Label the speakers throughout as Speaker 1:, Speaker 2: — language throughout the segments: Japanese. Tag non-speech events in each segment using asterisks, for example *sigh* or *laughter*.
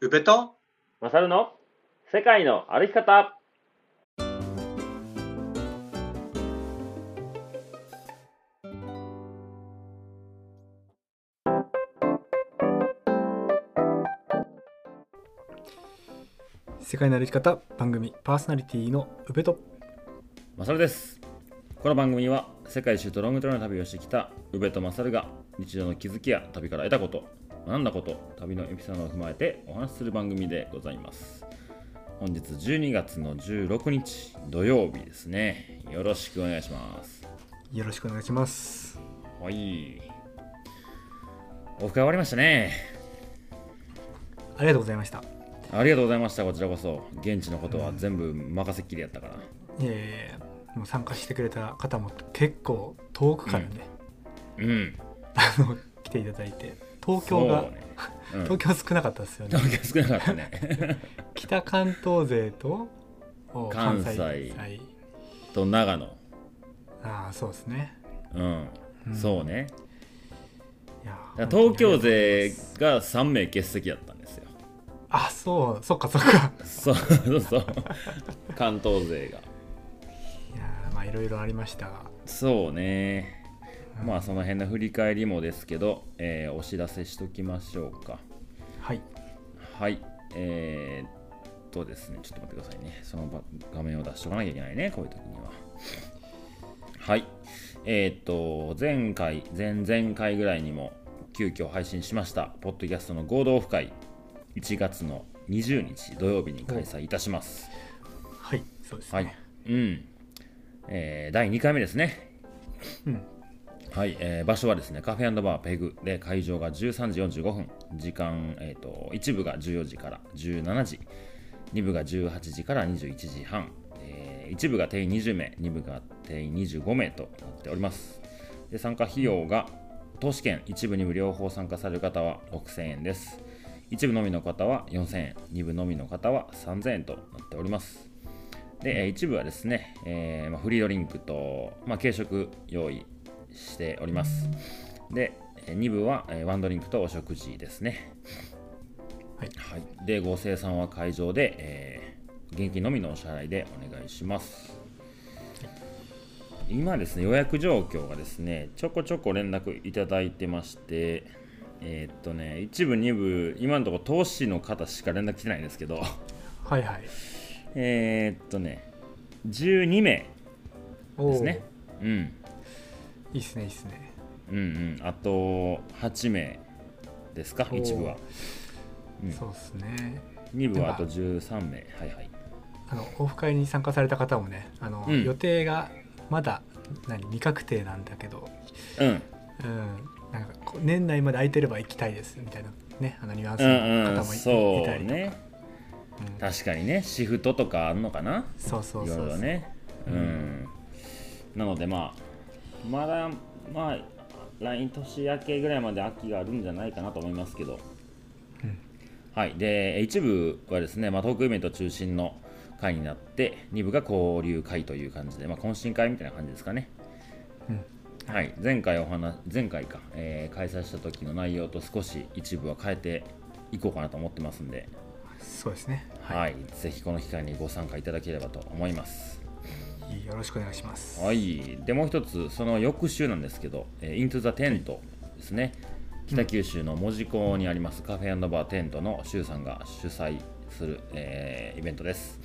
Speaker 1: 宇部と
Speaker 2: マサルの世界の歩き方
Speaker 3: 世界の歩き方番組パーソナリティの宇部と
Speaker 2: マサルですこの番組は世界一周とロングトレーの旅をしてきた宇部とマサルが日常の気づきや旅から得たこと学んだこと旅のエピソードを踏まえてお話しする番組でございます本日12月の16日土曜日ですねよろしくお願いします
Speaker 3: よろしくお願いします
Speaker 2: はいオフ会終わりましたね
Speaker 3: ありがとうございました
Speaker 2: ありがとうございましたこちらこそ現地のことは全部任せっきりやったから
Speaker 3: えー、もう参加してくれた方も結構遠くからね、
Speaker 2: うん
Speaker 3: あの来ていただいて東京が、
Speaker 2: そうねうん
Speaker 3: 東京少なかったですよ
Speaker 2: *laughs*
Speaker 3: ね
Speaker 2: 東京少なかったね
Speaker 3: 北関東勢とお
Speaker 2: 関西
Speaker 3: はい
Speaker 2: と長野
Speaker 3: ああそうですね
Speaker 2: うん、
Speaker 3: うん
Speaker 2: そうね
Speaker 3: いや
Speaker 2: だから東京勢
Speaker 3: 本当にありがとうございます
Speaker 2: が3名欠席だったんですよ
Speaker 3: あそうそっかそっ *laughs* か
Speaker 2: そうそうそう関東勢が
Speaker 3: いやーまあいろいろありましたが
Speaker 2: そうねまあその辺の振り返りもですけど、えーお知らせしときましょうか
Speaker 3: はい
Speaker 2: はいえー、っとですねちょっと待ってくださいねその場画面を出しとかなきゃいけないねこういう時にははいえー、っと前回前々回ぐらいにも急遽配信しましたポッドキャストの合同オフ会1月の20日土曜日に開催いたします
Speaker 3: はいそうですね、
Speaker 2: はいうんえー第2回目ですね
Speaker 3: うん
Speaker 2: はい、えー場所はですねカフェバーペグで会場が13時45分時間、えー、と一部が14時から17時2部が18時から21時半、えー一部が定員20名2部が定員25名となっておりますで参加費用が投資券一部二部両方参加される方は6000円です一部のみの方は4000円二部のみの方は3000円となっておりますでえー一部はですね、えーまあ、フリードリンクと、まあ、軽食用意しておりますでえー二部は、えーワンドリンクとお食事ですね
Speaker 3: はい
Speaker 2: でご生産は会場で、えー現金のみのお支払いでお願いします今ですね予約状況がですねちょこちょこ連絡いただいてましてえーっとね一部二部今のところ投資の方しか連絡来てないんですけど
Speaker 3: はいはい
Speaker 2: えーっとね12名
Speaker 3: おー
Speaker 2: ですねうん
Speaker 3: いいっすねいいっすね
Speaker 2: うんうんあと8名ですか
Speaker 3: おー
Speaker 2: 一部はうん
Speaker 3: そうですね。
Speaker 2: 2部はあと
Speaker 3: で
Speaker 2: 13名はいはい
Speaker 3: あのオフ会に参加された方もね、あの、
Speaker 2: うん
Speaker 3: 予定がまだ何未確定なんだけど、
Speaker 2: うん
Speaker 3: うん、なんかこう年内まで空いてれば行きたいですみたいなね、あのニュアンス
Speaker 2: う
Speaker 3: の
Speaker 2: んう
Speaker 3: 方
Speaker 2: ん
Speaker 3: もい,、
Speaker 2: そう
Speaker 3: たりとか、
Speaker 2: ね
Speaker 3: うん
Speaker 2: 確かにねシフトとかあんのかな
Speaker 3: そうそう
Speaker 2: い
Speaker 3: そう
Speaker 2: ろいろねう、
Speaker 3: うんん
Speaker 2: なのでまあまだまあ来年明けぐらいまで秋があるんじゃないかなと思いますけど
Speaker 3: うん
Speaker 2: はい、で一部はですね、まあ、トークイベント中心の会になって2部が交流会という感じで、まあ、懇親会みたいな感じですかね、
Speaker 3: うん
Speaker 2: はい、前回お話前回か、えー開催した時の内容と少し一部は変えていこうかなと思ってますんで、
Speaker 3: そうですね。
Speaker 2: はいぜひこの機会にご参加いただければと思います
Speaker 3: いよろしくお願いします。
Speaker 2: はいでもう一つその翌週なんですけど「えー、イントゥ・ザ・テント」ですね北九州の門司港にありますカフェバーテントの周さんが主催する、えーイベントです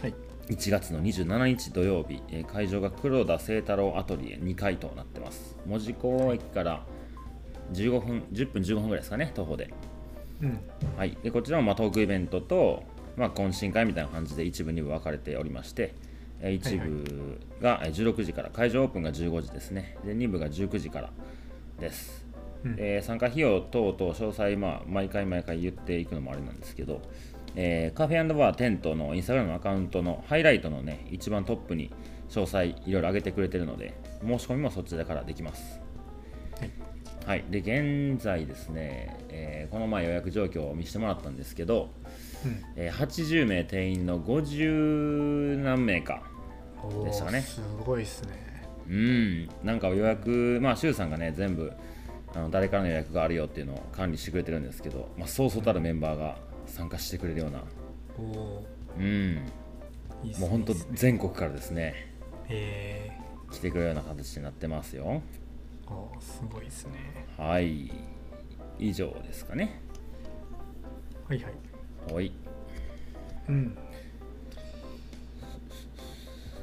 Speaker 3: はい。
Speaker 2: 1月の27日土曜日、えー会場が黒田清太郎アトリエ2階となってます門司港駅から15分10分15分ぐらいですかね徒歩で,、
Speaker 3: うん。
Speaker 2: はい、でこちらもまあトークイベントと、まあ、懇親会みたいな感じで一部2部分かれておりましてえー一部がえー16時から会場オープンが15時ですねで2部が19時からです
Speaker 3: うん
Speaker 2: えー参加費用等々詳細、まあ、毎回毎回言っていくのもあれなんですけど、えーカフェバーテントのインスタグラムのアカウントのハイライトのね一番トップに詳細いろいろ上げてくれてるので申し込みもそっちだからできます
Speaker 3: はい
Speaker 2: はい、で現在ですね、えーこの前予約状況を見せてもらったんですけど、
Speaker 3: うん
Speaker 2: えー80名定員の50何名か
Speaker 3: おー
Speaker 2: でしたね
Speaker 3: すごいですね。
Speaker 2: うん、なんか予約、まあ、周さんがね、全部あの誰からの予約があるよっていうのを管理してくれてるんですけど、まあ、そうそうたるメンバーが参加してくれるような、
Speaker 3: おお
Speaker 2: うん、
Speaker 3: ーいいっすね
Speaker 2: もう本当
Speaker 3: いいっすね
Speaker 2: 全国からですね、
Speaker 3: え
Speaker 2: 来てくれるような形になってますよ。
Speaker 3: ー、おーすごいですね
Speaker 2: はい、以上ですかね。
Speaker 3: はいはい
Speaker 2: はい、
Speaker 3: うん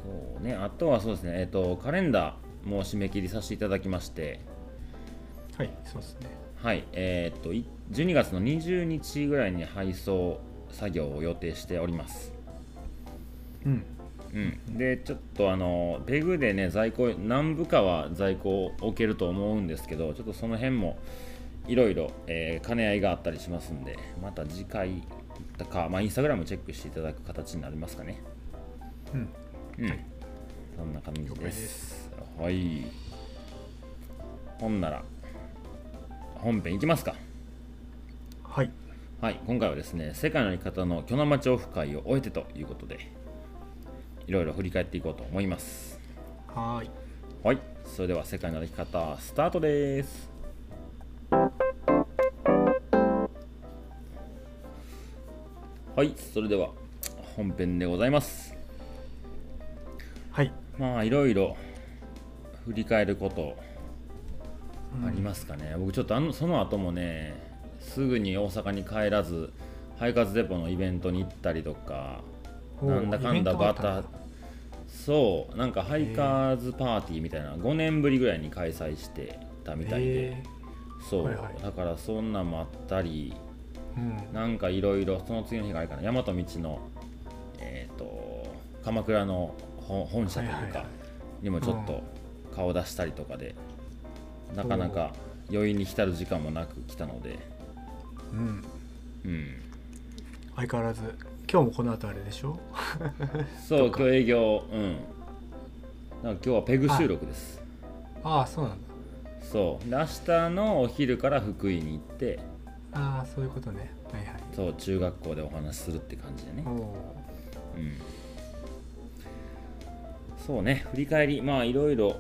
Speaker 2: そうね、あとはそうですね、えっ、と、カレンダーも締め切りさせていただきまして、
Speaker 3: はいそうですね
Speaker 2: はい、えっ、と、い12月の20日ぐらいに配送作業を予定しております。
Speaker 3: うん
Speaker 2: うん、でちょっとあのペグでね在庫何部かは在庫を置けると思うんですけどちょっとその辺もいろいろえー兼ね合いがあったりしますんでまた次回だか、まあ、インスタグラムチェックしていただく形になりますかね
Speaker 3: うん
Speaker 2: うん、そんな感じです
Speaker 3: 了解です
Speaker 2: はいほんなら本編いきますか
Speaker 3: はい
Speaker 2: はい、今回はですね、世界の生き方の巨南町オフ会を終えてということで、いろいろ振り返っていこうと思います。
Speaker 3: はーい
Speaker 2: はい、それでは世界の歩き方スタートです。はい、それでは本編でございます。
Speaker 3: はい
Speaker 2: まあいろいろ振り返ることありますかね。僕ちょっとあのその後もね、すぐに大阪に帰らず、肺活デポのイベントに行ったりとか、
Speaker 3: おー
Speaker 2: なんだかんだ
Speaker 3: イベントが
Speaker 2: バ
Speaker 3: あったんだ
Speaker 2: タそうなんかハイカーズパーティーみたいな5年ぶりぐらいに開催してたみたいで、
Speaker 3: え
Speaker 2: そう、
Speaker 3: はいはい
Speaker 2: だからそんなんもあったり
Speaker 3: ーうん
Speaker 2: なんかいろいろその次の日があれかな大和道のえっ、と鎌倉の本本社という
Speaker 3: はいはい
Speaker 2: か
Speaker 3: はい
Speaker 2: にもちょっと顔出したりとかで、なかなか余韻に浸る時間もなく来たので
Speaker 3: うん
Speaker 2: うん
Speaker 3: 相変わらず今日もこの後あれでしょ
Speaker 2: そう今日営業うんだから今日はペグ収録です
Speaker 3: ああそうなんだ
Speaker 2: そうで明日のお昼から福井に行って
Speaker 3: ああそういうことねはいはい
Speaker 2: そう中学校でお話しするって感じでね
Speaker 3: お、お
Speaker 2: うん、そうね振り返りまあいろいろ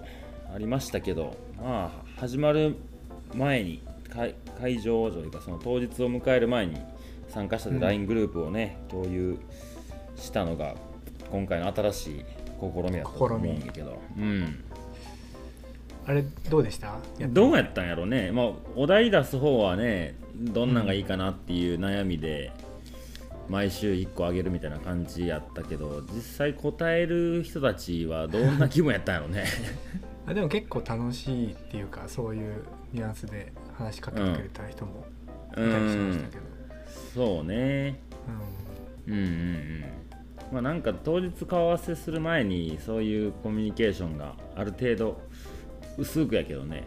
Speaker 2: ありましたけどまあ始まる前に会会場というかその当日を迎える前に参加者で LINE グループをね、共有したのが今回の新しい試みだと思うんだけど、うん、
Speaker 3: あれどうでしたやって
Speaker 2: どうやったんやろうね、まあ、お題出す方はねどんなんがいいかなっていう悩みで、毎週1個あげるみたいな感じやったけど実際答える人たちはどんな気分やったんやろう
Speaker 3: *laughs*
Speaker 2: ね
Speaker 3: あでも結構楽しいっていうかそういうニュアンスで話しかけてくれた人も
Speaker 2: う
Speaker 3: いたりしました
Speaker 2: ん
Speaker 3: けど、
Speaker 2: そうね
Speaker 3: うん
Speaker 2: うんうんうんまあなんか当日顔合わせする前にそういうコミュニケーションがある程度薄くやけどね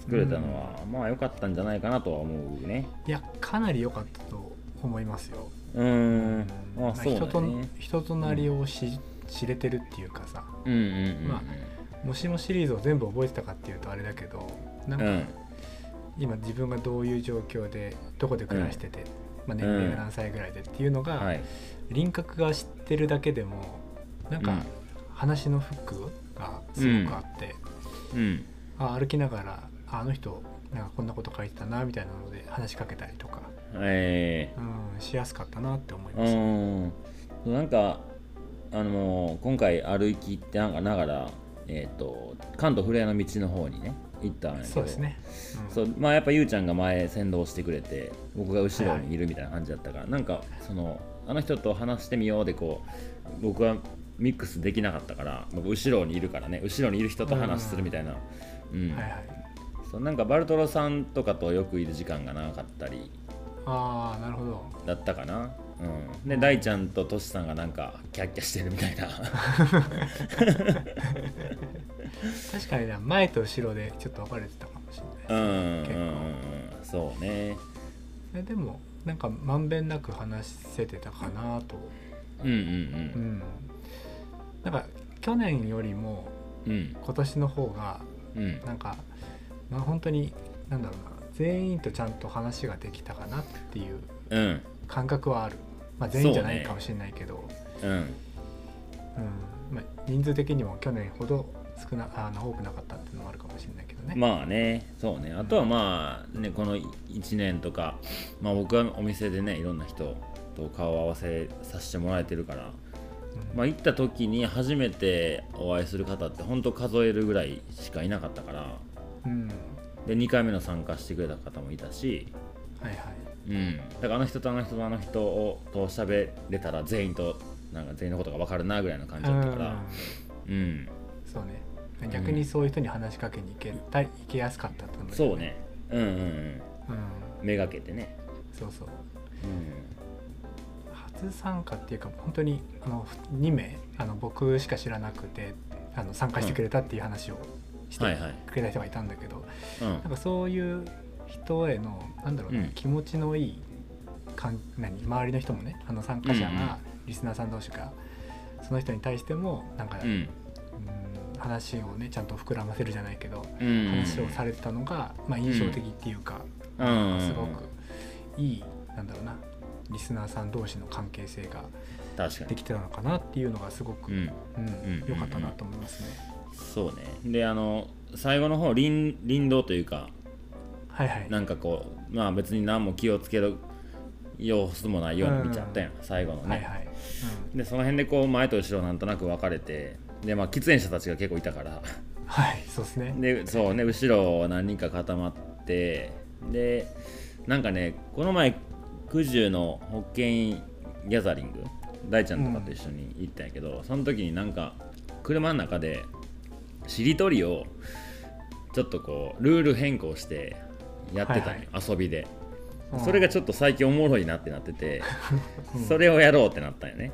Speaker 2: 作れたのは、まあ良かったんじゃないかなとは思うね
Speaker 3: いやかなり良かったと思いますよ、
Speaker 2: うん
Speaker 3: うん
Speaker 2: まあ
Speaker 3: まあ
Speaker 2: そうだ
Speaker 3: 人と
Speaker 2: ね
Speaker 3: 人となりをし知れてるっていうかさ
Speaker 2: うんうんうんうん、
Speaker 3: ま「もしも」シリーズを全部覚えてたかっていうとあれだけどなん
Speaker 2: う
Speaker 3: か
Speaker 2: ん
Speaker 3: 今自分がどういう状況でどこで暮らしてて、まあ、年齢が何歳ぐらいでっていうのが、
Speaker 2: はい、
Speaker 3: 輪郭が知ってるだけでもなん
Speaker 2: う
Speaker 3: か
Speaker 2: ん
Speaker 3: 話のフックがすごくあって、
Speaker 2: うん、
Speaker 3: あ歩きながらああの人なんかこんなこと書いてたなみたいなので話しかけたりとか、
Speaker 2: え
Speaker 3: うん、しやすかったなって思い
Speaker 2: ー、
Speaker 3: ます。
Speaker 2: うんなんかあの今回歩きってなんかながら、えー、と関東古谷の道の方にね行ったんやけど
Speaker 3: そうですね。うん
Speaker 2: そうまあやっぱゆうちゃんが前先導してくれて僕が後ろにいるみたいな感じだったから、なんかそのあの人と話してみようでこう僕はミックスできなかったから僕後ろにいるからね後ろにいる人と話するみたいな、うん
Speaker 3: はいはい。
Speaker 2: そうなんかバルトロさんとかとよくいる時間が長かったり
Speaker 3: ああ、なるほど。
Speaker 2: だったかな、うん、で大ちゃんとトシさんがなんかキャッキャしてるみたい *laughs* な
Speaker 3: 確かにね、前と後ろでちょっと分かれてたかもしれない。
Speaker 2: うんうん
Speaker 3: 結構
Speaker 2: うんそうね
Speaker 3: えでもなんかまんべんなく話せてたかなと、
Speaker 2: うんう
Speaker 3: うんん、なんか去年よりも
Speaker 2: うんうん
Speaker 3: 今年の方が
Speaker 2: うん
Speaker 3: なんか、まあ、本当になんだろうな全員とちゃんと話ができたかなっていう
Speaker 2: うん
Speaker 3: 感覚はある、まあ、全員じゃないかもしれないけどう、
Speaker 2: うん
Speaker 3: んまあ、人数的にも去年ほど少なあの多くなかったっていうのもあるかもしれないけどね、
Speaker 2: まあねそうねあとはまあねこの1年とか、まあ、僕はお店でねいろんな人と顔を合わせさせてもらえてるから、
Speaker 3: うん
Speaker 2: まあ、行った時に初めてお会いする方ってほんと数えるぐらいしかいなかったから
Speaker 3: うん
Speaker 2: で2回目の参加してくれた方もいたし、
Speaker 3: はいはい
Speaker 2: うん、だからあの人とあの人とあの人をと喋れたら全員となんか全員のことが分かるなぐらいの感じだったか
Speaker 3: うん
Speaker 2: ら、うん、
Speaker 3: そうね逆にそういう人に話しかけに行けたい行けやすかったってのもいいよ
Speaker 2: そうねうんうんうん
Speaker 3: うん
Speaker 2: めがけてね、
Speaker 3: そうそう
Speaker 2: うん、
Speaker 3: 初参加っていうか本当にあの2名あの僕しか知らなくてあの参加してくれたっていう話をして
Speaker 2: はいはい
Speaker 3: くれた人がいたんだけど、
Speaker 2: うん
Speaker 3: なんかそういう人へのなんだろうね、
Speaker 2: うん
Speaker 3: 気持ちのいいかん何周りの人もねあの参加者
Speaker 2: うんうん
Speaker 3: がリスナーさん同士がその人に対してもなんか、
Speaker 2: うん
Speaker 3: うん話をねちゃんと膨らませるじゃないけど、
Speaker 2: うん
Speaker 3: 話をされてたのが、まあ、印象的っていうか、
Speaker 2: うん
Speaker 3: すごくいいなんだろうなリスナーさん同士の関係性が
Speaker 2: 確か
Speaker 3: で
Speaker 2: に、
Speaker 3: きてたのかなっていうのがすごく、
Speaker 2: う
Speaker 3: うん
Speaker 2: ん、うん
Speaker 3: 良かったなと思いますね。
Speaker 2: そうねであの最後の方林林道というか
Speaker 3: はいはい。
Speaker 2: なんかこうまあ別に何も気をつける様子もないように見ちゃったやん、最後のね、
Speaker 3: はいはい。
Speaker 2: でその辺でこう前と後ろなんとなく分かれてでまあ喫煙者たちが結構いたから
Speaker 3: うん、はい、そうですね。
Speaker 2: でそうね後ろ何人か固まってでなんかねこの前九十の保健ギャザリング大ちゃんとかと一緒に行ったんやけど、その時になんか車の中でしりとりをちょっとこうルール変更してやってたんよ、
Speaker 3: はい
Speaker 2: 遊びで、
Speaker 3: うん
Speaker 2: それがちょっと最近おもろいなってなってて、
Speaker 3: うん
Speaker 2: それをやろうってなったんよね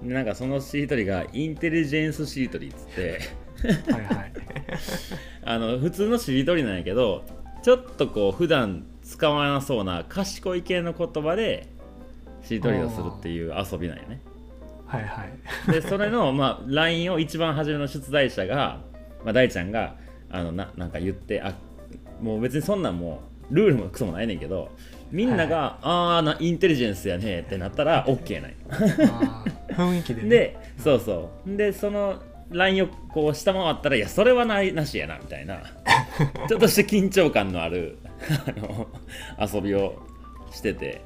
Speaker 3: うん
Speaker 2: でなんかそのしりとりがインテリジェンスしりとりっつって
Speaker 3: はいはい。
Speaker 2: あの普通のしりとりなんやけどちょっとこう普段使わなそうな賢い系の言葉でしりとりをするっていう遊びなんやね
Speaker 3: は
Speaker 2: *laughs*
Speaker 3: いはい。
Speaker 2: でそれの、まあ、LINE を一番初めの出題者が、まあ、大ちゃんがあのななんか言ってあもう別にそんなんもうルールもクソもないねんけどみんなが、ああなインテリジェンスやねってなったら OK なんよ
Speaker 3: あー雰囲気で、ね。
Speaker 2: でそうそうでそのラインをこう下回ったらいやそれはないなしやなみたい
Speaker 3: *laughs*
Speaker 2: なちょっとした緊張感のあるあの遊びをしてて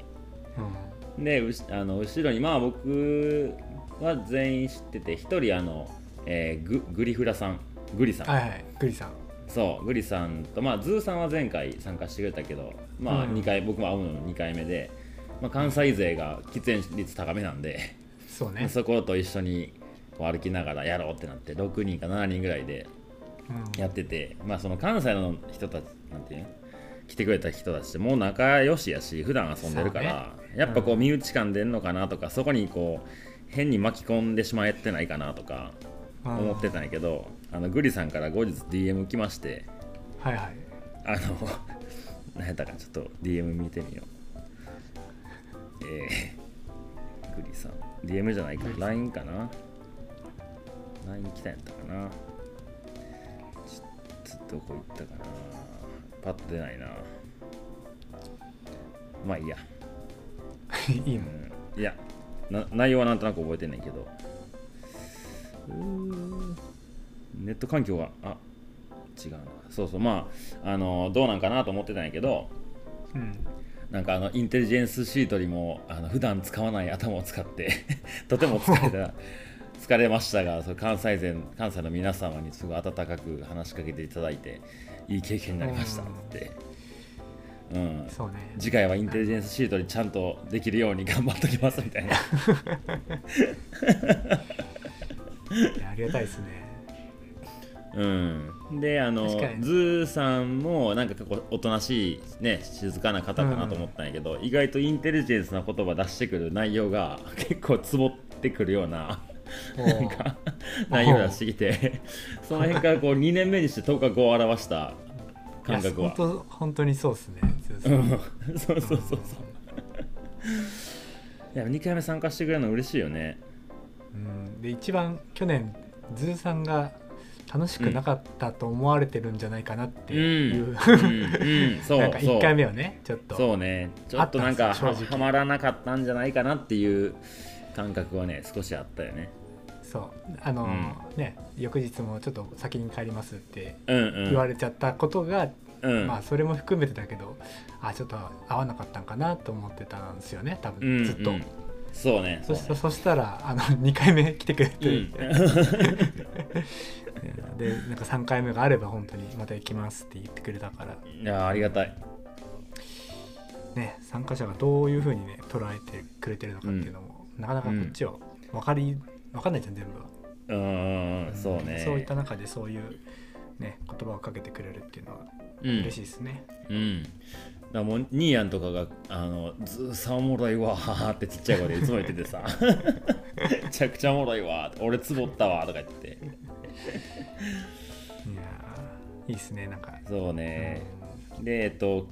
Speaker 3: うん、
Speaker 2: でうしあの後ろにまあ僕は全員知ってて一人あの、えーググリフラさんグリさん、
Speaker 3: はいはい。グリさん。
Speaker 2: そうグリさんとまあズーさんは前回参加してくれたけどまあ
Speaker 3: うん
Speaker 2: 2回、僕も会うの2回目で、まあ、関西勢が喫煙率高めなんで。
Speaker 3: そうね。
Speaker 2: そこと一緒にこう歩きながらやろうってなって6人か7人ぐらいで
Speaker 3: うん
Speaker 2: やってて、まあその関西の人たちなんていうの来てくれた人たちってもう仲良しやし普段遊んでるから、やっぱこう
Speaker 3: うん
Speaker 2: 身内感出んのかなとか、そこにこう変に巻き込んでしまえてないかなとか思ってたんやけど、あのグリさんから後日 DM 来まして
Speaker 3: はいはい。
Speaker 2: あの何やったかちょっと DM 見てみようえー、グリさん DM じゃないか LINE かな LINE 来たんやったかなちょっとどこ行ったかなパッと出ないなまあいいや、
Speaker 3: いいう *laughs* の。
Speaker 2: ん、いやな内容はなんとなく覚えてんねんけどうーんネット環境があ違うなそうそうまああのどうなんかなと思ってたんやけど
Speaker 3: うん。
Speaker 2: なんかあのインテリジェンスシートにもあの普段使わない頭を使って *laughs* とても疲れ
Speaker 3: *laughs*
Speaker 2: た疲れましたがその関西勢関西の皆様にすごい温かく話しかけていただいていい経験になりました
Speaker 3: う
Speaker 2: っ
Speaker 3: ん
Speaker 2: て、うん、
Speaker 3: そうね。
Speaker 2: 次回はインテリジェンスシートにちゃんとできるように頑張っときますみた
Speaker 3: *laughs*
Speaker 2: いな
Speaker 3: いやありがたいですね。
Speaker 2: *laughs* うん、であの
Speaker 3: 確かに
Speaker 2: ズーさんもなんかこうおとなしい、ね、静かな方かなと思ったんやけど、意外とインテリジェンスな言葉出してくる内容が結構つぼってくるような
Speaker 3: お
Speaker 2: なんか内容出してきてその辺からこう2年目にして頭角を表した感覚は。
Speaker 3: 本当本当にそうですね。ずーさ
Speaker 2: うんん *laughs* そうそうそうそう。いや2回目参加してくれるの嬉しいよね。
Speaker 3: うん、で一番去年ズーさんが楽しくなかったと思われてるんじゃないかなって
Speaker 2: うん、
Speaker 3: いう、
Speaker 2: うん、う
Speaker 3: *laughs*
Speaker 2: ん、そう、
Speaker 3: なんか
Speaker 2: そう
Speaker 3: 1回目はねちょっと
Speaker 2: そうねちょっとなん
Speaker 3: あ
Speaker 2: か
Speaker 3: ったん
Speaker 2: は
Speaker 3: ですよ正直
Speaker 2: はまらなかったんじゃないかなっていう感覚はね少しあったよね
Speaker 3: そうあの、
Speaker 2: う
Speaker 3: ね翌日もちょっと先に帰りますって
Speaker 2: うん
Speaker 3: 言われちゃったことが、
Speaker 2: うんうん
Speaker 3: まあそれも含めてだけどあちょっと合わなかったんかなと思ってたんですよね多
Speaker 2: うんう
Speaker 3: 分
Speaker 2: ん
Speaker 3: ずっと、
Speaker 2: そうねそう
Speaker 3: そし
Speaker 2: ね
Speaker 3: そしたらあの2回目来てくれ
Speaker 2: う
Speaker 3: て、
Speaker 2: ん
Speaker 3: でなんか3回目があれば本当にまた行きますって言ってくれたから
Speaker 2: *laughs* いやありがたい
Speaker 3: ね参加者がどういうふうにね捉えてくれてるのかっていうのも、なかなかこっちを分かり分かんないじゃん全部は、
Speaker 2: うーんそうね
Speaker 3: そういった中でそういうね言葉をかけてくれるっていうのは
Speaker 2: うん
Speaker 3: 嬉しいですね、
Speaker 2: うんだからもうニーヤンとかが「あのずーさおもろいわ」ってちっちゃい声でいつも言っててさ「めちゃくちゃおもろいわ」俺つぼったわ」とか言ってて
Speaker 3: いやーいいですねなんか、
Speaker 2: そうねでえっと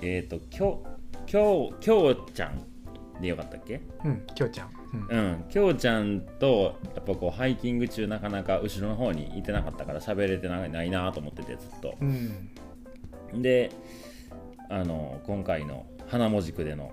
Speaker 2: えっときょきょうきょうちゃんでよかったっけ
Speaker 3: うんうんきょうちゃん、うん
Speaker 2: うんきょうちゃんとやっぱこうハイキング中なかなか後ろの方にいてなかったから喋れてないないなと思っててずっと
Speaker 3: うん
Speaker 2: であの今回の花文塾での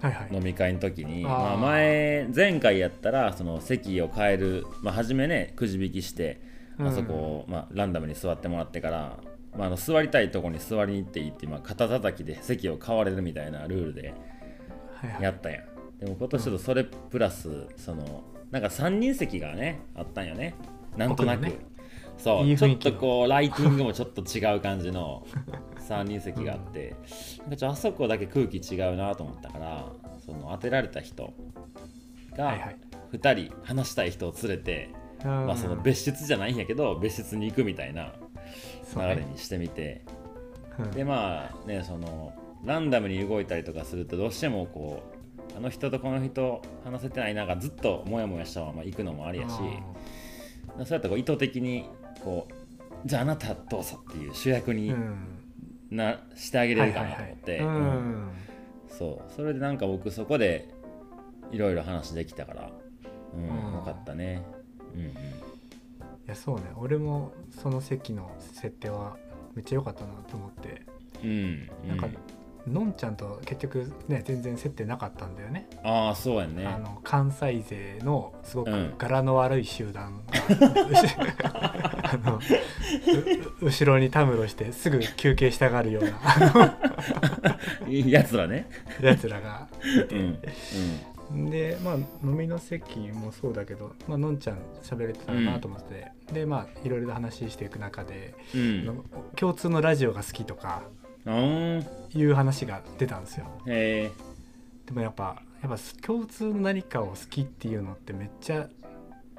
Speaker 3: はいはい
Speaker 2: 飲み会の時に
Speaker 3: あー
Speaker 2: まあ、前前回やったらその席を変える、まあ、初めねくじ引きしてあそこを、まあ、ランダムに座ってもらってから、まあ、あの座りたいとこに座りに行っていいって、まあ、肩叩きで席を変われるみたいなルールで
Speaker 3: はいはい
Speaker 2: やったやんでも今年ちょっとそれプラスそのなんか3人席がねあったんよねなんとなく、
Speaker 3: 奥のね
Speaker 2: そう
Speaker 3: いい
Speaker 2: ち
Speaker 3: 雰
Speaker 2: ょ
Speaker 3: 囲
Speaker 2: っ
Speaker 3: 気
Speaker 2: と
Speaker 3: の
Speaker 2: こうライティングもちょっと違う感じの3 *laughs* 人席があって、なんかちょっとあそこだけ空気違うなと思ったからその当てられた人
Speaker 3: はいは
Speaker 2: が
Speaker 3: い
Speaker 2: 2人話したい人を連れて、まあ、その
Speaker 3: ッ
Speaker 2: 別室じゃないんやけど別室に行くみたいな流れにしてみて。でまあねそのランダムに動いたりとかするとどうしてもこうあの人とこの人話せてないなんかずっとモヤモヤしたまま行くのもありやしそうやったらこう意図的にこうじゃああなたどうぞっていう主役に
Speaker 3: うん
Speaker 2: な、してあげれるかなと思って、
Speaker 3: はいはいはい
Speaker 2: うんそうそれでなんか僕そこでいろいろ話できたから、うん
Speaker 3: うん
Speaker 2: よかったね。うんうん
Speaker 3: うんいやそうね俺もその席の設定はめっちゃ良かったなと思って
Speaker 2: うんうん、
Speaker 3: なんか、のんちゃんと結局ね全然接点なかったんだよね
Speaker 2: ああそうやん
Speaker 3: あ
Speaker 2: ね。
Speaker 3: の関西勢のすごく
Speaker 2: うん
Speaker 3: 柄の悪い集団が、
Speaker 2: *laughs*
Speaker 3: あのう後ろにたむろしてすぐ休憩したがるような
Speaker 2: *laughs*
Speaker 3: あ
Speaker 2: *laughs* いいやつらね。
Speaker 3: のやつらが
Speaker 2: うんうん
Speaker 3: でまあ飲みの席もそうだけど、まあのんちゃん喋れてたなと思ってて、でまあいろいろと話していく中で、
Speaker 2: うん
Speaker 3: の共通のラジオが好きとか
Speaker 2: うん
Speaker 3: いう話が出たんですよ
Speaker 2: へえ
Speaker 3: でもやっぱやっぱ共通の何かを好きっていうのってめっちゃう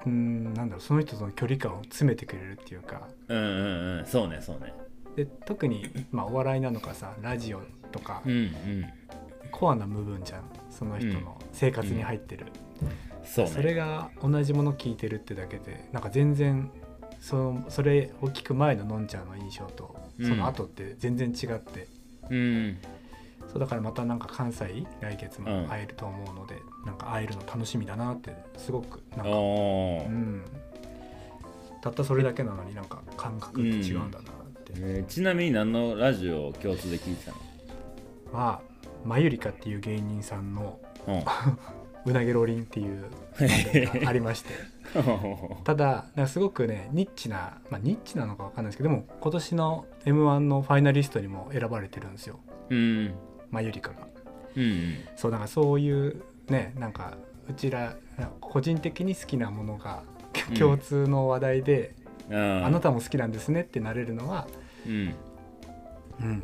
Speaker 3: ーんなんだろうその人との距離感を詰めてくれるっていうか
Speaker 2: うんうんうんそうねそうね
Speaker 3: で特に、まあ、お笑いなのかさラジオとか
Speaker 2: うんうん
Speaker 3: コアな部分じゃんその人の生活に入ってる、
Speaker 2: そうね
Speaker 3: それが同じもの聞いてるってだけでなんか全然そのそれを聞く前ののんちゃんの印象と
Speaker 2: うん
Speaker 3: その後って全然違って、
Speaker 2: うん
Speaker 3: そうだからまたなんか関西来月も会えると思うので、なんか会えるの楽しみだなってすごくなん
Speaker 2: お
Speaker 3: かう
Speaker 2: ー
Speaker 3: ん、たったそれだけなのになんか感覚って違うんだなって、
Speaker 2: えーちなみに何のラジオを共通で聞いてた
Speaker 3: まあまゆりかっていう芸人さんの
Speaker 2: の
Speaker 3: 「うなげろりん」っていう *laughs* 番組がありましてただなんかすごくねニッチな、まあ、ニッチなのかわかんないですけどでも今年の m 1のファイナリストにも選ばれてるんですよ
Speaker 2: うんうん
Speaker 3: まゆりかが。
Speaker 2: うん
Speaker 3: そうだからそういうねなんかうちらなんか個人的に好きなものが
Speaker 2: うん
Speaker 3: 共通の話題で、
Speaker 2: うんあ
Speaker 3: あなたも好きなんですねってなれるのは
Speaker 2: うん
Speaker 3: うん、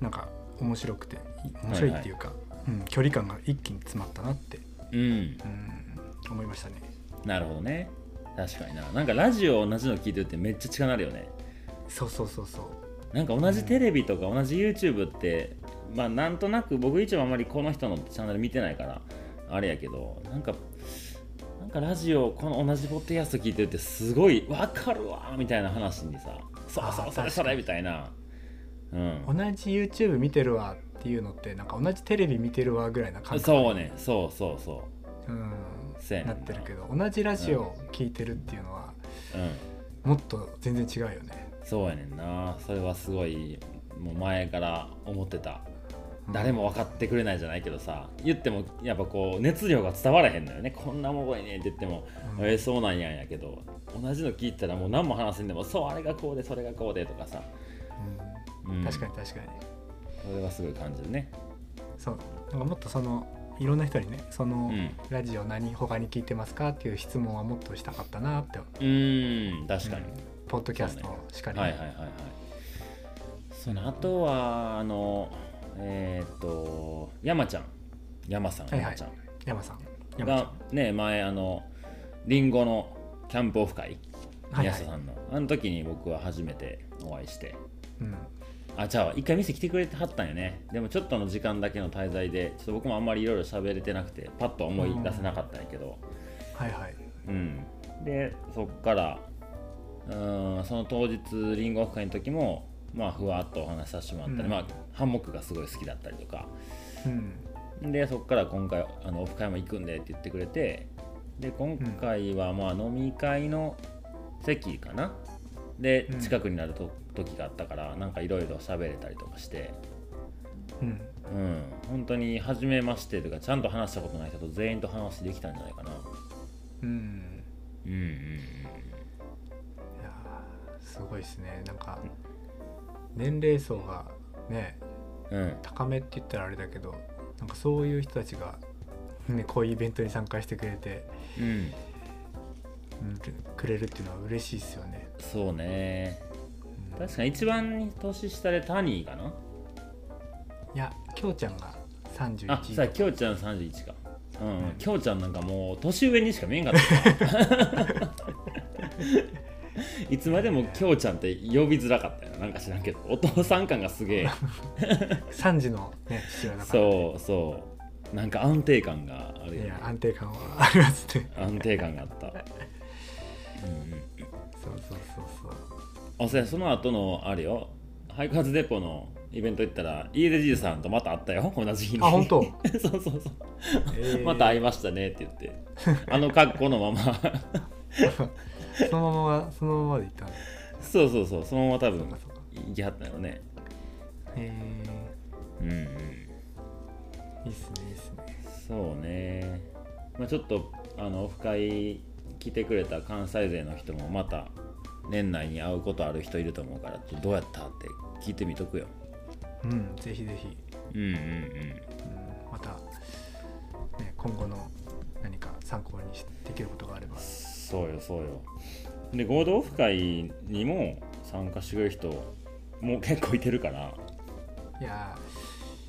Speaker 3: なんか面白くてい面白いっていうか、うん、距離感が一気に詰まったなって、
Speaker 2: うん
Speaker 3: うん、思いましたね
Speaker 2: なるほどね確かにななんかラジオ同じの聞いてるってめっちゃ近なるよね
Speaker 3: そうそうそうそう
Speaker 2: なんか同じテレビとか同じ YouTube ってまあなんとなく僕一応あんまりこの人のチャンネル見てないからあれやけどなんかなんかラジオこの同じポッドキャスト聞いてるってすごいわかるわーみたいな話にさそうそ
Speaker 3: あ
Speaker 2: う
Speaker 3: ー
Speaker 2: それ
Speaker 3: 確
Speaker 2: そ
Speaker 3: か
Speaker 2: れ
Speaker 3: に
Speaker 2: みたいなうん
Speaker 3: 同じ YouTube 見てるわっていうのってなんか同じテレビ見てるわぐらいな感覚
Speaker 2: そうねそうそうそ
Speaker 3: うん、
Speaker 2: うせやね
Speaker 3: なんってるけど同じラジオ聞いてるっていうのは
Speaker 2: うん
Speaker 3: もっと全然違うよね、
Speaker 2: そうやねんなそれはすごいもう前から思ってた
Speaker 3: う
Speaker 2: 誰も分かってくれないじゃないけどさ言ってもやっぱこう熱量が伝わらへんのよねこんなもごいねって言っても、
Speaker 3: うん
Speaker 2: えーそうなんやんやけど同じの聞いたらもう何も話せんでもそうあれがこうでそれがこうでとかさ、う
Speaker 3: うん
Speaker 2: ん、
Speaker 3: 確かに確かに
Speaker 2: それはすごい感じるね
Speaker 3: そうなんかもっとそのいろんな人にねその、
Speaker 2: うん
Speaker 3: ラジオ何他に聞いてますかっていう質問はもっとしたかったなって
Speaker 2: うーん確かに、
Speaker 3: ポッドキャストしかり、
Speaker 2: はいはいはいはいそのあとはあのえーっと山ちゃん山さん
Speaker 3: はいは
Speaker 2: 山
Speaker 3: い
Speaker 2: ちゃん
Speaker 3: 山さん山ちゃん
Speaker 2: がね前あのリンゴのキャンプオフ会
Speaker 3: はい
Speaker 2: 宮
Speaker 3: はい
Speaker 2: 下さんのあの時に僕は初めてお会いして
Speaker 3: うん
Speaker 2: あじゃあ一回店来てくれてはったんよねでもちょっとの時間だけの滞在でちょっと僕もあんまりいろいろ喋れてなくてパッと思い出せなかったんやけど
Speaker 3: はいはい
Speaker 2: うん、でそっからうんその当日リンゴオフ会の時もまあふわっとお話しさせてもらったり、
Speaker 3: うん
Speaker 2: まあハンモックがすごい好きだったりとか
Speaker 3: うん
Speaker 2: でそっから今回あのオフ会も行くんでって言ってくれてで今回はまあ飲み会の席かな、で
Speaker 3: うん
Speaker 2: 近くになると時があったからなんかいろいろ喋れたりとかして。
Speaker 3: うん
Speaker 2: うん、本当に初めましてというかちゃんと話したことない人と全員と話できたんじゃないかな
Speaker 3: うん
Speaker 2: うんうん
Speaker 3: いやーすごいですねなんか年齢層がね
Speaker 2: うんうん
Speaker 3: 高めって言ったらあれだけどなんかそういう人たちが、ね、こういうイベントに参加してくれて、
Speaker 2: うん
Speaker 3: うんくれるっていうのは嬉しいですよね、
Speaker 2: そうね
Speaker 3: うん
Speaker 2: 確かに一番年下でタニーかない
Speaker 3: やきょうちゃんが31
Speaker 2: あさあきょうちゃん31かうん、
Speaker 3: うん
Speaker 2: きょうちゃんなんかもう年上にしか見えんかった *laughs* ないつまでもきょうちゃんって呼びづらかったよなんか知らんけどお父さん感がすげ *laughs* え
Speaker 3: 3時のね父親だから
Speaker 2: そうそうなんか安定感があるよ
Speaker 3: い
Speaker 2: ね
Speaker 3: や安定感はありますね
Speaker 2: 安定感があ *laughs* ったうんうん
Speaker 3: そうそうそう
Speaker 2: *laughs*
Speaker 3: そう
Speaker 2: あそやその後のあれよハイカ発デポのイベント行ったら家出じいさんとまた会ったよ同じ日に
Speaker 3: あ本
Speaker 2: *laughs*
Speaker 3: 当
Speaker 2: そうそうそう、
Speaker 3: えー
Speaker 2: また会いましたねって言ってあの格好のまま *laughs*
Speaker 3: そのままそのままで行ったんだ
Speaker 2: そうそうそうそのまま多分
Speaker 3: そうかそうか
Speaker 2: 行きはったよね
Speaker 3: え
Speaker 2: うんうん
Speaker 3: ー、いいっすねいいっすね
Speaker 2: そうね、まあ、ちょっとあのオフ会来てくれた関西勢の人もまた年内に会うことある人いると思うからちょっとどうやったって聞いてみとくよ
Speaker 3: うんぜひぜひ、
Speaker 2: うんうんうん
Speaker 3: うん、また、ね、今後の何か参考にしできることがあれば
Speaker 2: そうよそうよで合同オフ会にも参加してくれる人もう結構いてるから
Speaker 3: いや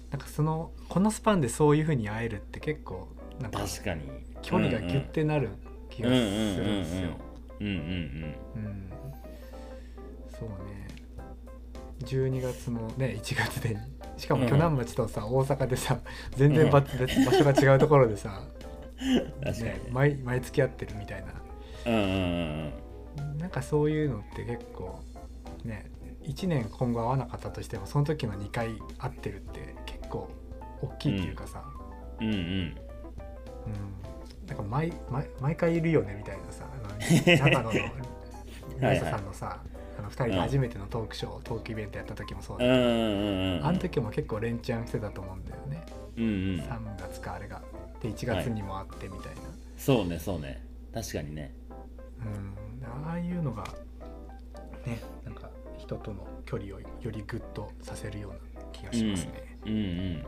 Speaker 3: ーなんかそのこのスパンでそういうふうに会えるって結構なんか
Speaker 2: 確かに
Speaker 3: 距離がギュッてなる気
Speaker 2: う
Speaker 3: が
Speaker 2: ん
Speaker 3: す
Speaker 2: う
Speaker 3: る
Speaker 2: ん
Speaker 3: んですよ、
Speaker 2: うんうんうんうん
Speaker 3: うん、そうね12月のね1月でしかも鋸南町とさ、大阪でさ全然ば、場所が違うところでさ、
Speaker 2: うん *laughs* 確かに
Speaker 3: ね、毎毎月会ってるみたいな
Speaker 2: うんうんうん
Speaker 3: なんかそういうのって結構ね1年今後会わなかったとしてもその時の2回会ってるって結構大きいっていうかさ、
Speaker 2: うんうんうん
Speaker 3: うんなんか毎毎毎回いるよねみたいなさあ
Speaker 2: *laughs*
Speaker 3: の長野の宮下さんのさあの2人で初めてのトークショー、トークイベントやった時もそうだけど
Speaker 2: うんうんうん
Speaker 3: あの時も結構連チャンしてたと思うんだよね、
Speaker 2: うんうん
Speaker 3: 3月かあれがで1月にもあってみたいな、
Speaker 2: そうねそうね確かにね
Speaker 3: うんああいうのがねなんか人との距離をよりグッとさせるような気がしますね、
Speaker 2: うんうん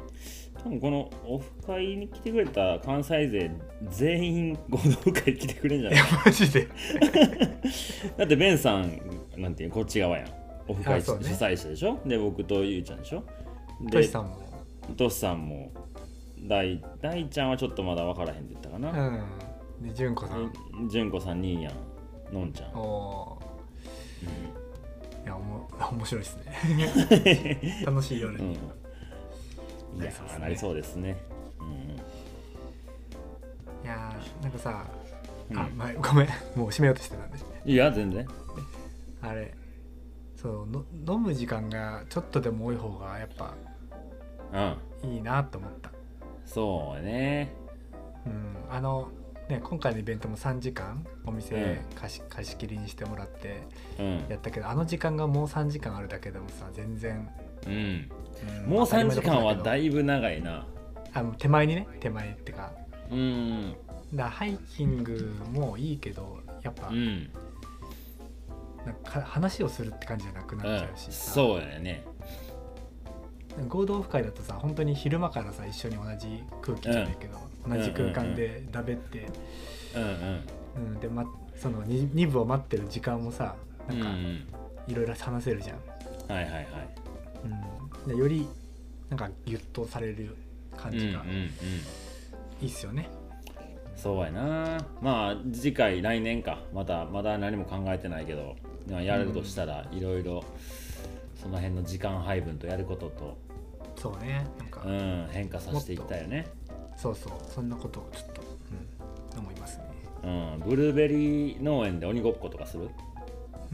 Speaker 2: 多分このオフ会に来てくれた関西勢全員合同会来てくれんじゃない
Speaker 3: *laughs* いやマジで
Speaker 2: だってベンさんなんていうのこっち側やんオフ
Speaker 3: あ
Speaker 2: 会主
Speaker 3: そうね
Speaker 2: 催者でしょ、で僕とゆうちゃんでしょ
Speaker 3: ト
Speaker 2: で
Speaker 3: シさんも
Speaker 2: トシさんも大大ちゃんはちょっとまだ分からへんって言ったか
Speaker 3: う
Speaker 2: な、
Speaker 3: んで純子さん、
Speaker 2: ん、純子さんにいやんのんちゃん、
Speaker 3: おおーいやおも *laughs* 面白いですね
Speaker 2: *laughs*
Speaker 3: 楽しい夜
Speaker 2: うん
Speaker 3: に、
Speaker 2: いやーなりそうですね
Speaker 3: いやーなんかさ、
Speaker 2: うんうん
Speaker 3: あ、まあ、ごめん *laughs* もう閉めようとしてたんで
Speaker 2: うん、いや全然
Speaker 3: あれそうの飲む時間がちょっとでも多い方がやっぱ
Speaker 2: うん
Speaker 3: いいなと思った、
Speaker 2: そうね
Speaker 3: うん、あのね今回のイベントも3時間お
Speaker 2: う
Speaker 3: 店
Speaker 2: ん
Speaker 3: 貸し,、貸し切りにしてもらって
Speaker 2: うん
Speaker 3: やったけどあの時間がもう3時間あるだけでもさ全然
Speaker 2: うん
Speaker 3: ん
Speaker 2: もう3時間はだ
Speaker 3: 当たり前のことだ
Speaker 2: いぶ長いな
Speaker 3: けどあもう手前にね手前ってか
Speaker 2: うん
Speaker 3: だハイキングもいいけどやっぱ、
Speaker 2: うん、
Speaker 3: なんか話をするって感じじゃなくな
Speaker 2: う
Speaker 3: っち
Speaker 2: ん
Speaker 3: ゃうし、さ
Speaker 2: そうだよね
Speaker 3: 合同オフ会だとさ本当に昼間からさ一緒に同じ空気じゃないけど、同じ空間でだべって、
Speaker 2: うんうん
Speaker 3: うんで、ま、その 2, 部を待ってる時間もさな
Speaker 2: うん
Speaker 3: か
Speaker 2: ん
Speaker 3: いろいろ話せるじゃん、
Speaker 2: うんはいはいはい
Speaker 3: うんでよりなんかギュッとされる感
Speaker 2: うんうん
Speaker 3: じ
Speaker 2: う
Speaker 3: が
Speaker 2: ん
Speaker 3: いいっすよね、
Speaker 2: そうやなまあ次回来年かまたまだ何も考えてないけどまあやるとしたらいろいろその辺の時間配分とやることと、
Speaker 3: そうねなんか、
Speaker 2: うん、変化させていきたいよね
Speaker 3: そうそうそんなことをちょっと、うん、思いますね
Speaker 2: うん、ブルーベリー農園で鬼ごっことかする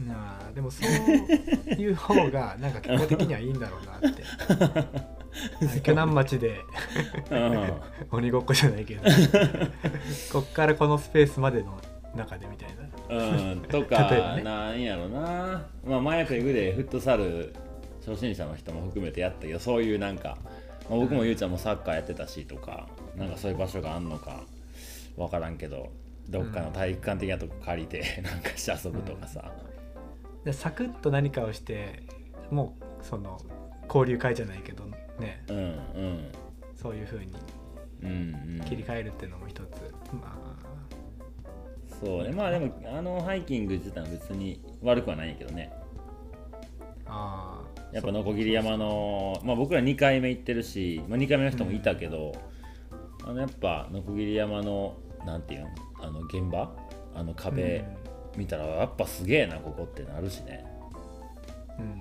Speaker 3: なあでもそういう方がなんか健康的にはいいんだろうなって
Speaker 2: *laughs*
Speaker 3: 鋸南町で *laughs*
Speaker 2: うん
Speaker 3: 鬼ごっこじゃない
Speaker 2: *laughs*
Speaker 3: けどこっからこのスペースまでの中でみたいな
Speaker 2: うん、と
Speaker 3: 例えば
Speaker 2: か、
Speaker 3: ね
Speaker 2: なんやろな、まあ、麻薬行くでフットサル初心者の人も含めてやったけどそういうなんか、まあ僕もゆうちゃんもサッカーやってたしとかなんかそういう場所があんのか分からんけどどっかの体育館的なとこ借りてなんかして遊ぶとかさ、
Speaker 3: でサクッと何かをしてもうその交流会じゃないけどね
Speaker 2: うん、うん
Speaker 3: そういう風に
Speaker 2: うんうん
Speaker 3: 切り替えるっていうのも一つ、ま
Speaker 2: そうねまあでもあのハイキング自体は別に悪くはないんやけどね
Speaker 3: あああ
Speaker 2: やっぱノコギリ山の、まあ、僕ら2回目行ってるし、まあ、2回目の人もいたけど、あのやっぱノコギリ山のなんていうのあの現場あの壁見たらやっぱすげえなここってなるしね、
Speaker 3: うん、うん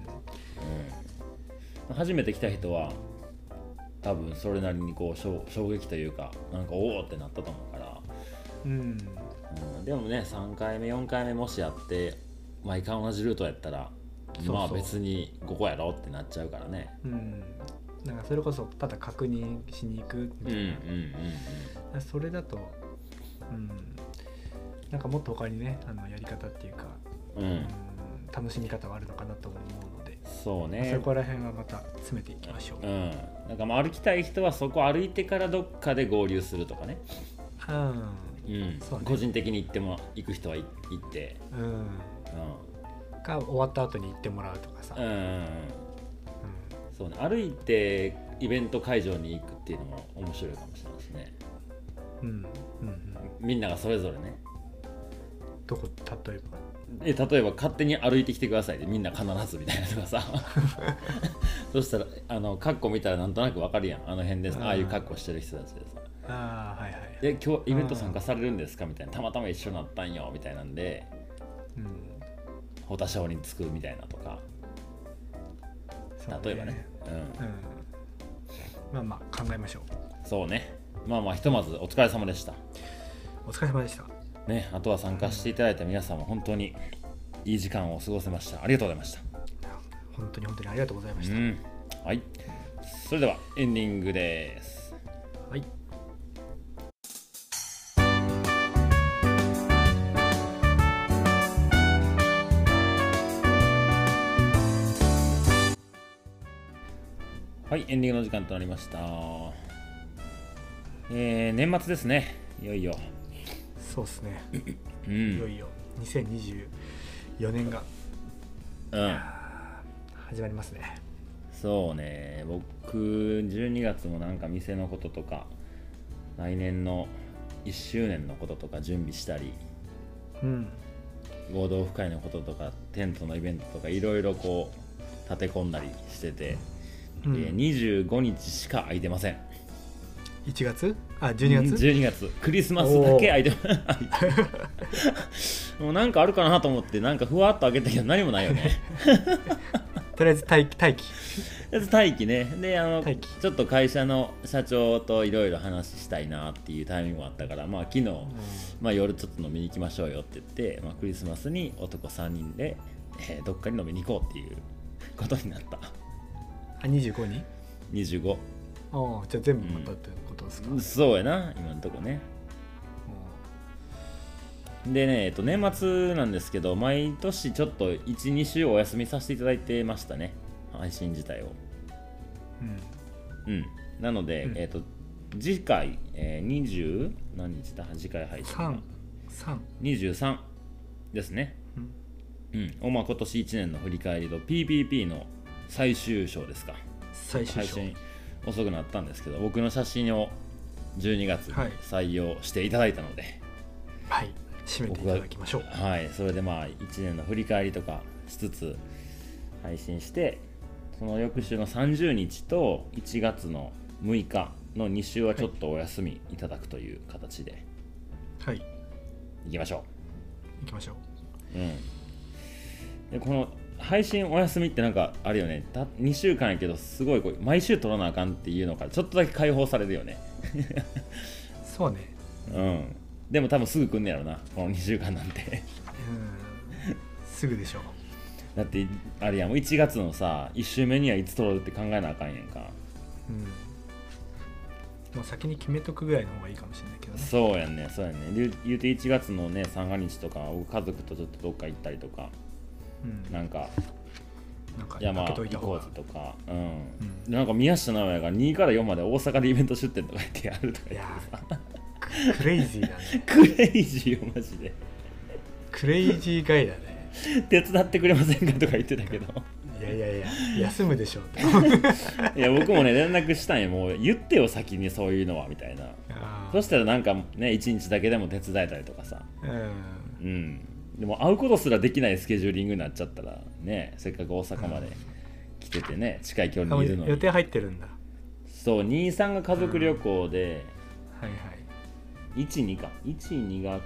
Speaker 2: うん、初めて来た人は多分それなりにこう衝衝撃というかなんかおおってなったと思うから、
Speaker 3: うん
Speaker 2: うん、でもね3回目4回目もしやって毎回同じルートやったら
Speaker 3: そうそう
Speaker 2: まあ別にここやろってなっちゃうからね
Speaker 3: うん、なんかそれこそただ確認しに行くみ
Speaker 2: うん
Speaker 3: た
Speaker 2: うん
Speaker 3: いな、
Speaker 2: うん
Speaker 3: それだと、うん、なんかもっと他にねあのやり方っていうか、
Speaker 2: うんうん
Speaker 3: うん楽しみ方はあるのかなと思うので、
Speaker 2: そう
Speaker 3: そ
Speaker 2: ね。
Speaker 3: こら辺はまた詰めていきましょう、
Speaker 2: うん。なんかまあ歩きたい人はそこ歩いてからどっかで合流するとかね。
Speaker 3: うん
Speaker 2: うん。
Speaker 3: そうね
Speaker 2: 個人的に行っても行く人は行行って。
Speaker 3: うん、
Speaker 2: う
Speaker 3: か終わった後に行ってもらうとかさ、
Speaker 2: ん。うんうんうん。そうね。歩いてイベント会場に行くっていうのも面白いかもしれないですね。
Speaker 3: うんうんうん
Speaker 2: みんながそれぞれね。
Speaker 3: どこ例えば
Speaker 2: え例えば勝手に歩いてきてくださいでみんな必ずみたいなとか
Speaker 3: *laughs*
Speaker 2: さそしたらあの格好見たらなんとなくわかるやんあの辺で
Speaker 3: う
Speaker 2: さ
Speaker 3: ん
Speaker 2: ああいう格好してる人たちでさ
Speaker 3: ああはいはい、
Speaker 2: で今日イベント参加されるんですかみたいなたまたま一緒になったんよみたいなんで
Speaker 3: うん、
Speaker 2: 保田小に作るみたいなとか
Speaker 3: そう
Speaker 2: 例えばねうん
Speaker 3: うんまあまあ考えましょう
Speaker 2: そうねまあまあひとまずお疲れ様でした
Speaker 3: お疲れ様でした
Speaker 2: ねあとは参加していただいた皆さんも本当にいい時間を過ごせましたありがとうございました
Speaker 3: 本当に本当にありがとうございまし
Speaker 2: う
Speaker 3: た、
Speaker 2: んはいそれではエンディングです
Speaker 3: はい
Speaker 2: はいエンディングの時間となりましたえー、年末ですねいよいよ
Speaker 3: そうですね
Speaker 2: う
Speaker 3: いよ
Speaker 2: ん
Speaker 3: いよ2024年が
Speaker 2: うん
Speaker 3: 始まりますね。
Speaker 2: そうね僕12月もなんか店のこととか来年の1周年のこととか準備したり
Speaker 3: うん。
Speaker 2: 合同オフ会のこととかテントのイベントとかいろいろこう立て込んだりしてて、
Speaker 3: うん
Speaker 2: で25日しか空いてません
Speaker 3: 1月あ、12月
Speaker 2: 12月クリスマスだけ空いてま空いてる *laughs* もうなんかあるかなと思ってなんかふわっと開けたけど何もないよ
Speaker 3: *laughs*
Speaker 2: ね
Speaker 3: とりあえず待機、待機。
Speaker 2: まず待機ねであの
Speaker 3: 待機
Speaker 2: ちょっと会社の社長といろいろ話したいなっていうタイミングもあったからまあ昨日、まあ、夜ちょっと飲みに行きましょうよって言って、まあ、クリスマスに男3人で、えーどっかに飲みに行こうっていうことになった
Speaker 3: あ、25に
Speaker 2: 25
Speaker 3: ああ、じゃあ全部またってことですか。
Speaker 2: そうやな今んとこねでね、えっと、年末なんですけど毎年ちょっと12週お休みさせていただいてましたね配信自体を
Speaker 3: うん
Speaker 2: うん、なので、
Speaker 3: うん
Speaker 2: えっ、と次回、えー、20何日だ次回配信が
Speaker 3: 三三
Speaker 2: 23ですね、
Speaker 3: うん
Speaker 2: うんをまあ、今年1年の振り返りと PPP の最終章ですか
Speaker 3: 最終
Speaker 2: 配
Speaker 3: 章
Speaker 2: 信遅くなったんですけど僕の写真を12月に
Speaker 3: はい
Speaker 2: 採用していただいたので、
Speaker 3: はい締めていただきましょう
Speaker 2: はい、それでまあ1年の振り返りとかしつつ配信してその翌週の30日と1月の6日の2週はちょっとお休みいただくという形で
Speaker 3: はい
Speaker 2: いきましょ
Speaker 3: 行きましょう
Speaker 2: う、うん、でこの配信お休みってなんかあるよねた2週間やけどすごいこう毎週撮らなあかんっていうのからちょっとだけ解放されるよね *laughs*
Speaker 3: そうね
Speaker 2: うんでも多分すぐ来んねやろなこの2週間なんて
Speaker 3: うんすぐでしょう
Speaker 2: だってあれやんもう1月のさ1週目にはいつ撮るって考えなあかんやんか
Speaker 3: うんもう先に決めとくぐらいの方がいいかもしれないけどね
Speaker 2: そうやんねそうやんねで言うて1月のね三が日とか僕家族とちょっとどっか行ったりとか
Speaker 3: うん
Speaker 2: なんか
Speaker 3: なんか
Speaker 2: 山
Speaker 3: 開けとい
Speaker 2: 行
Speaker 3: た
Speaker 2: こ
Speaker 3: 方
Speaker 2: う
Speaker 3: が
Speaker 2: ぜとかうん、
Speaker 3: うん
Speaker 2: でなんか宮下直哉が2から4まで大阪でイベント出店とか言ってやるとか
Speaker 3: い
Speaker 2: 言っ
Speaker 3: や
Speaker 2: てさ
Speaker 3: ークレイジーだね
Speaker 2: *laughs* クレイジーよマジで
Speaker 3: クレイジーガイだね
Speaker 2: 手伝ってくれませんかとか言ってた
Speaker 3: *laughs*
Speaker 2: けど
Speaker 3: いやいやいや休むでしょう
Speaker 2: *laughs*
Speaker 3: って
Speaker 2: いや僕もね連絡したんよもう言ってよ先にそういうのはみたいな
Speaker 3: あ
Speaker 2: そ
Speaker 3: ー
Speaker 2: したらなんかね1日だけでも手伝えたりとかさ
Speaker 3: うん
Speaker 2: うんでも会うことすらできないスケジューリングになっちゃったらねせっかく大阪まで来ててね近い距離
Speaker 3: あ
Speaker 2: にいるの
Speaker 3: 予
Speaker 2: に
Speaker 3: 定入ってるんだは
Speaker 2: そう23が家族旅行で、
Speaker 3: いはい
Speaker 2: 12か12が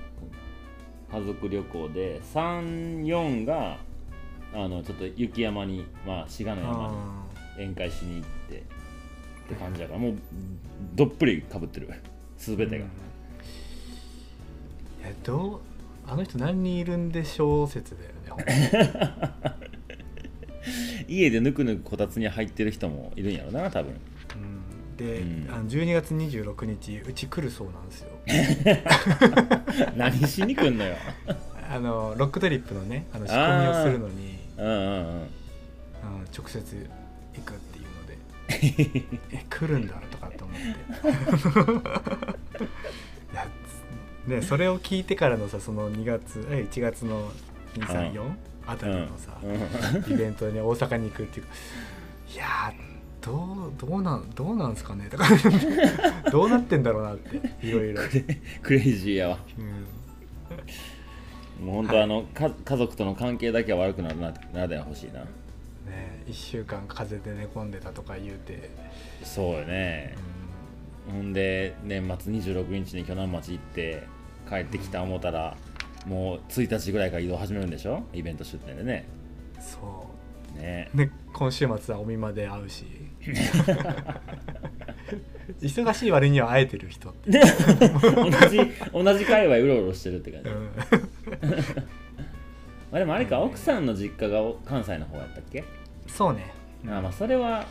Speaker 2: 家族旅行で34があのちょっと雪山にまあ志賀の山
Speaker 3: あー
Speaker 2: に宴会しに行ってって感じだからもうどっぷりかぶってる全てが、
Speaker 3: うんいやどうあの人何人いるんでしょう説だよねほんとに
Speaker 2: 家でぬくぬくこたつに入ってる人もいるんやろな多
Speaker 3: *laughs*
Speaker 2: 分
Speaker 3: うんで、
Speaker 2: うん
Speaker 3: あの12月26日うち来るそうなんですよ
Speaker 2: 何しに来んのよ
Speaker 3: あのロックトリップのねあの仕込みをするのに
Speaker 2: うんうんうん
Speaker 3: あの直接行くっていうので
Speaker 2: *laughs*
Speaker 3: え来るんだとかと思ってい *laughs* やつねそれを聞いてからのさその2月え1月の234あたりのさ、
Speaker 2: うんうん
Speaker 3: イベントに大阪に行くっていういやーどうどうなんどうなんすかね
Speaker 2: *laughs*
Speaker 3: とかどうなってんだろうなっていろいろ、
Speaker 2: クレイジーやわ
Speaker 3: うん
Speaker 2: もう本当、
Speaker 3: はい
Speaker 2: あのか家族との関係だけは悪くなるなならでは欲しいな
Speaker 3: ね、1週間風邪で寝込んでたとか言うて、
Speaker 2: そうよね
Speaker 3: う
Speaker 2: ほんで年末26日に鋸南町行って帰ってきた思ったらもう1日ぐらいから移動始めるんでしょイベント出店でね
Speaker 3: んそ
Speaker 2: *laughs* ね
Speaker 3: う、ね、今週末はお見まで会う *laughs* し忙しい割には会えてる人って、
Speaker 2: 同じ同じ界隈うろうろしてるって感
Speaker 3: う
Speaker 2: じ、
Speaker 3: ん、
Speaker 2: まあ、でもあれか奥さんの実家がお関西の方やったっけ、
Speaker 3: そうね
Speaker 2: ああまあそれは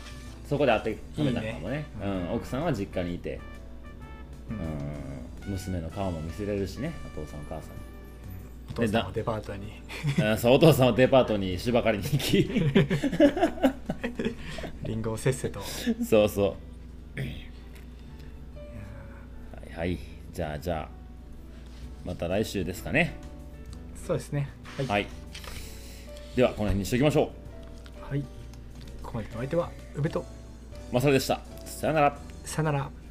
Speaker 2: そこで当て止めたのかもね
Speaker 3: いいね
Speaker 2: うん、奥さんは実家にいて、
Speaker 3: う
Speaker 2: う
Speaker 3: ん
Speaker 2: ん、娘の顔も見せれるしねお父さんお母さんに
Speaker 3: お父さんもデパートに
Speaker 2: *laughs* うんそうお父さんはデパートに芝刈りに行
Speaker 3: *laughs*
Speaker 2: き
Speaker 3: リンゴをせっせと
Speaker 2: そうそうはいはいじゃあじゃあまた来週ですかね
Speaker 3: そうですねはい、
Speaker 2: はいではこの辺にしておきましょ
Speaker 3: はい、ここまでのお相手は宇部と
Speaker 2: うマサルでしたさよなら
Speaker 3: さよなら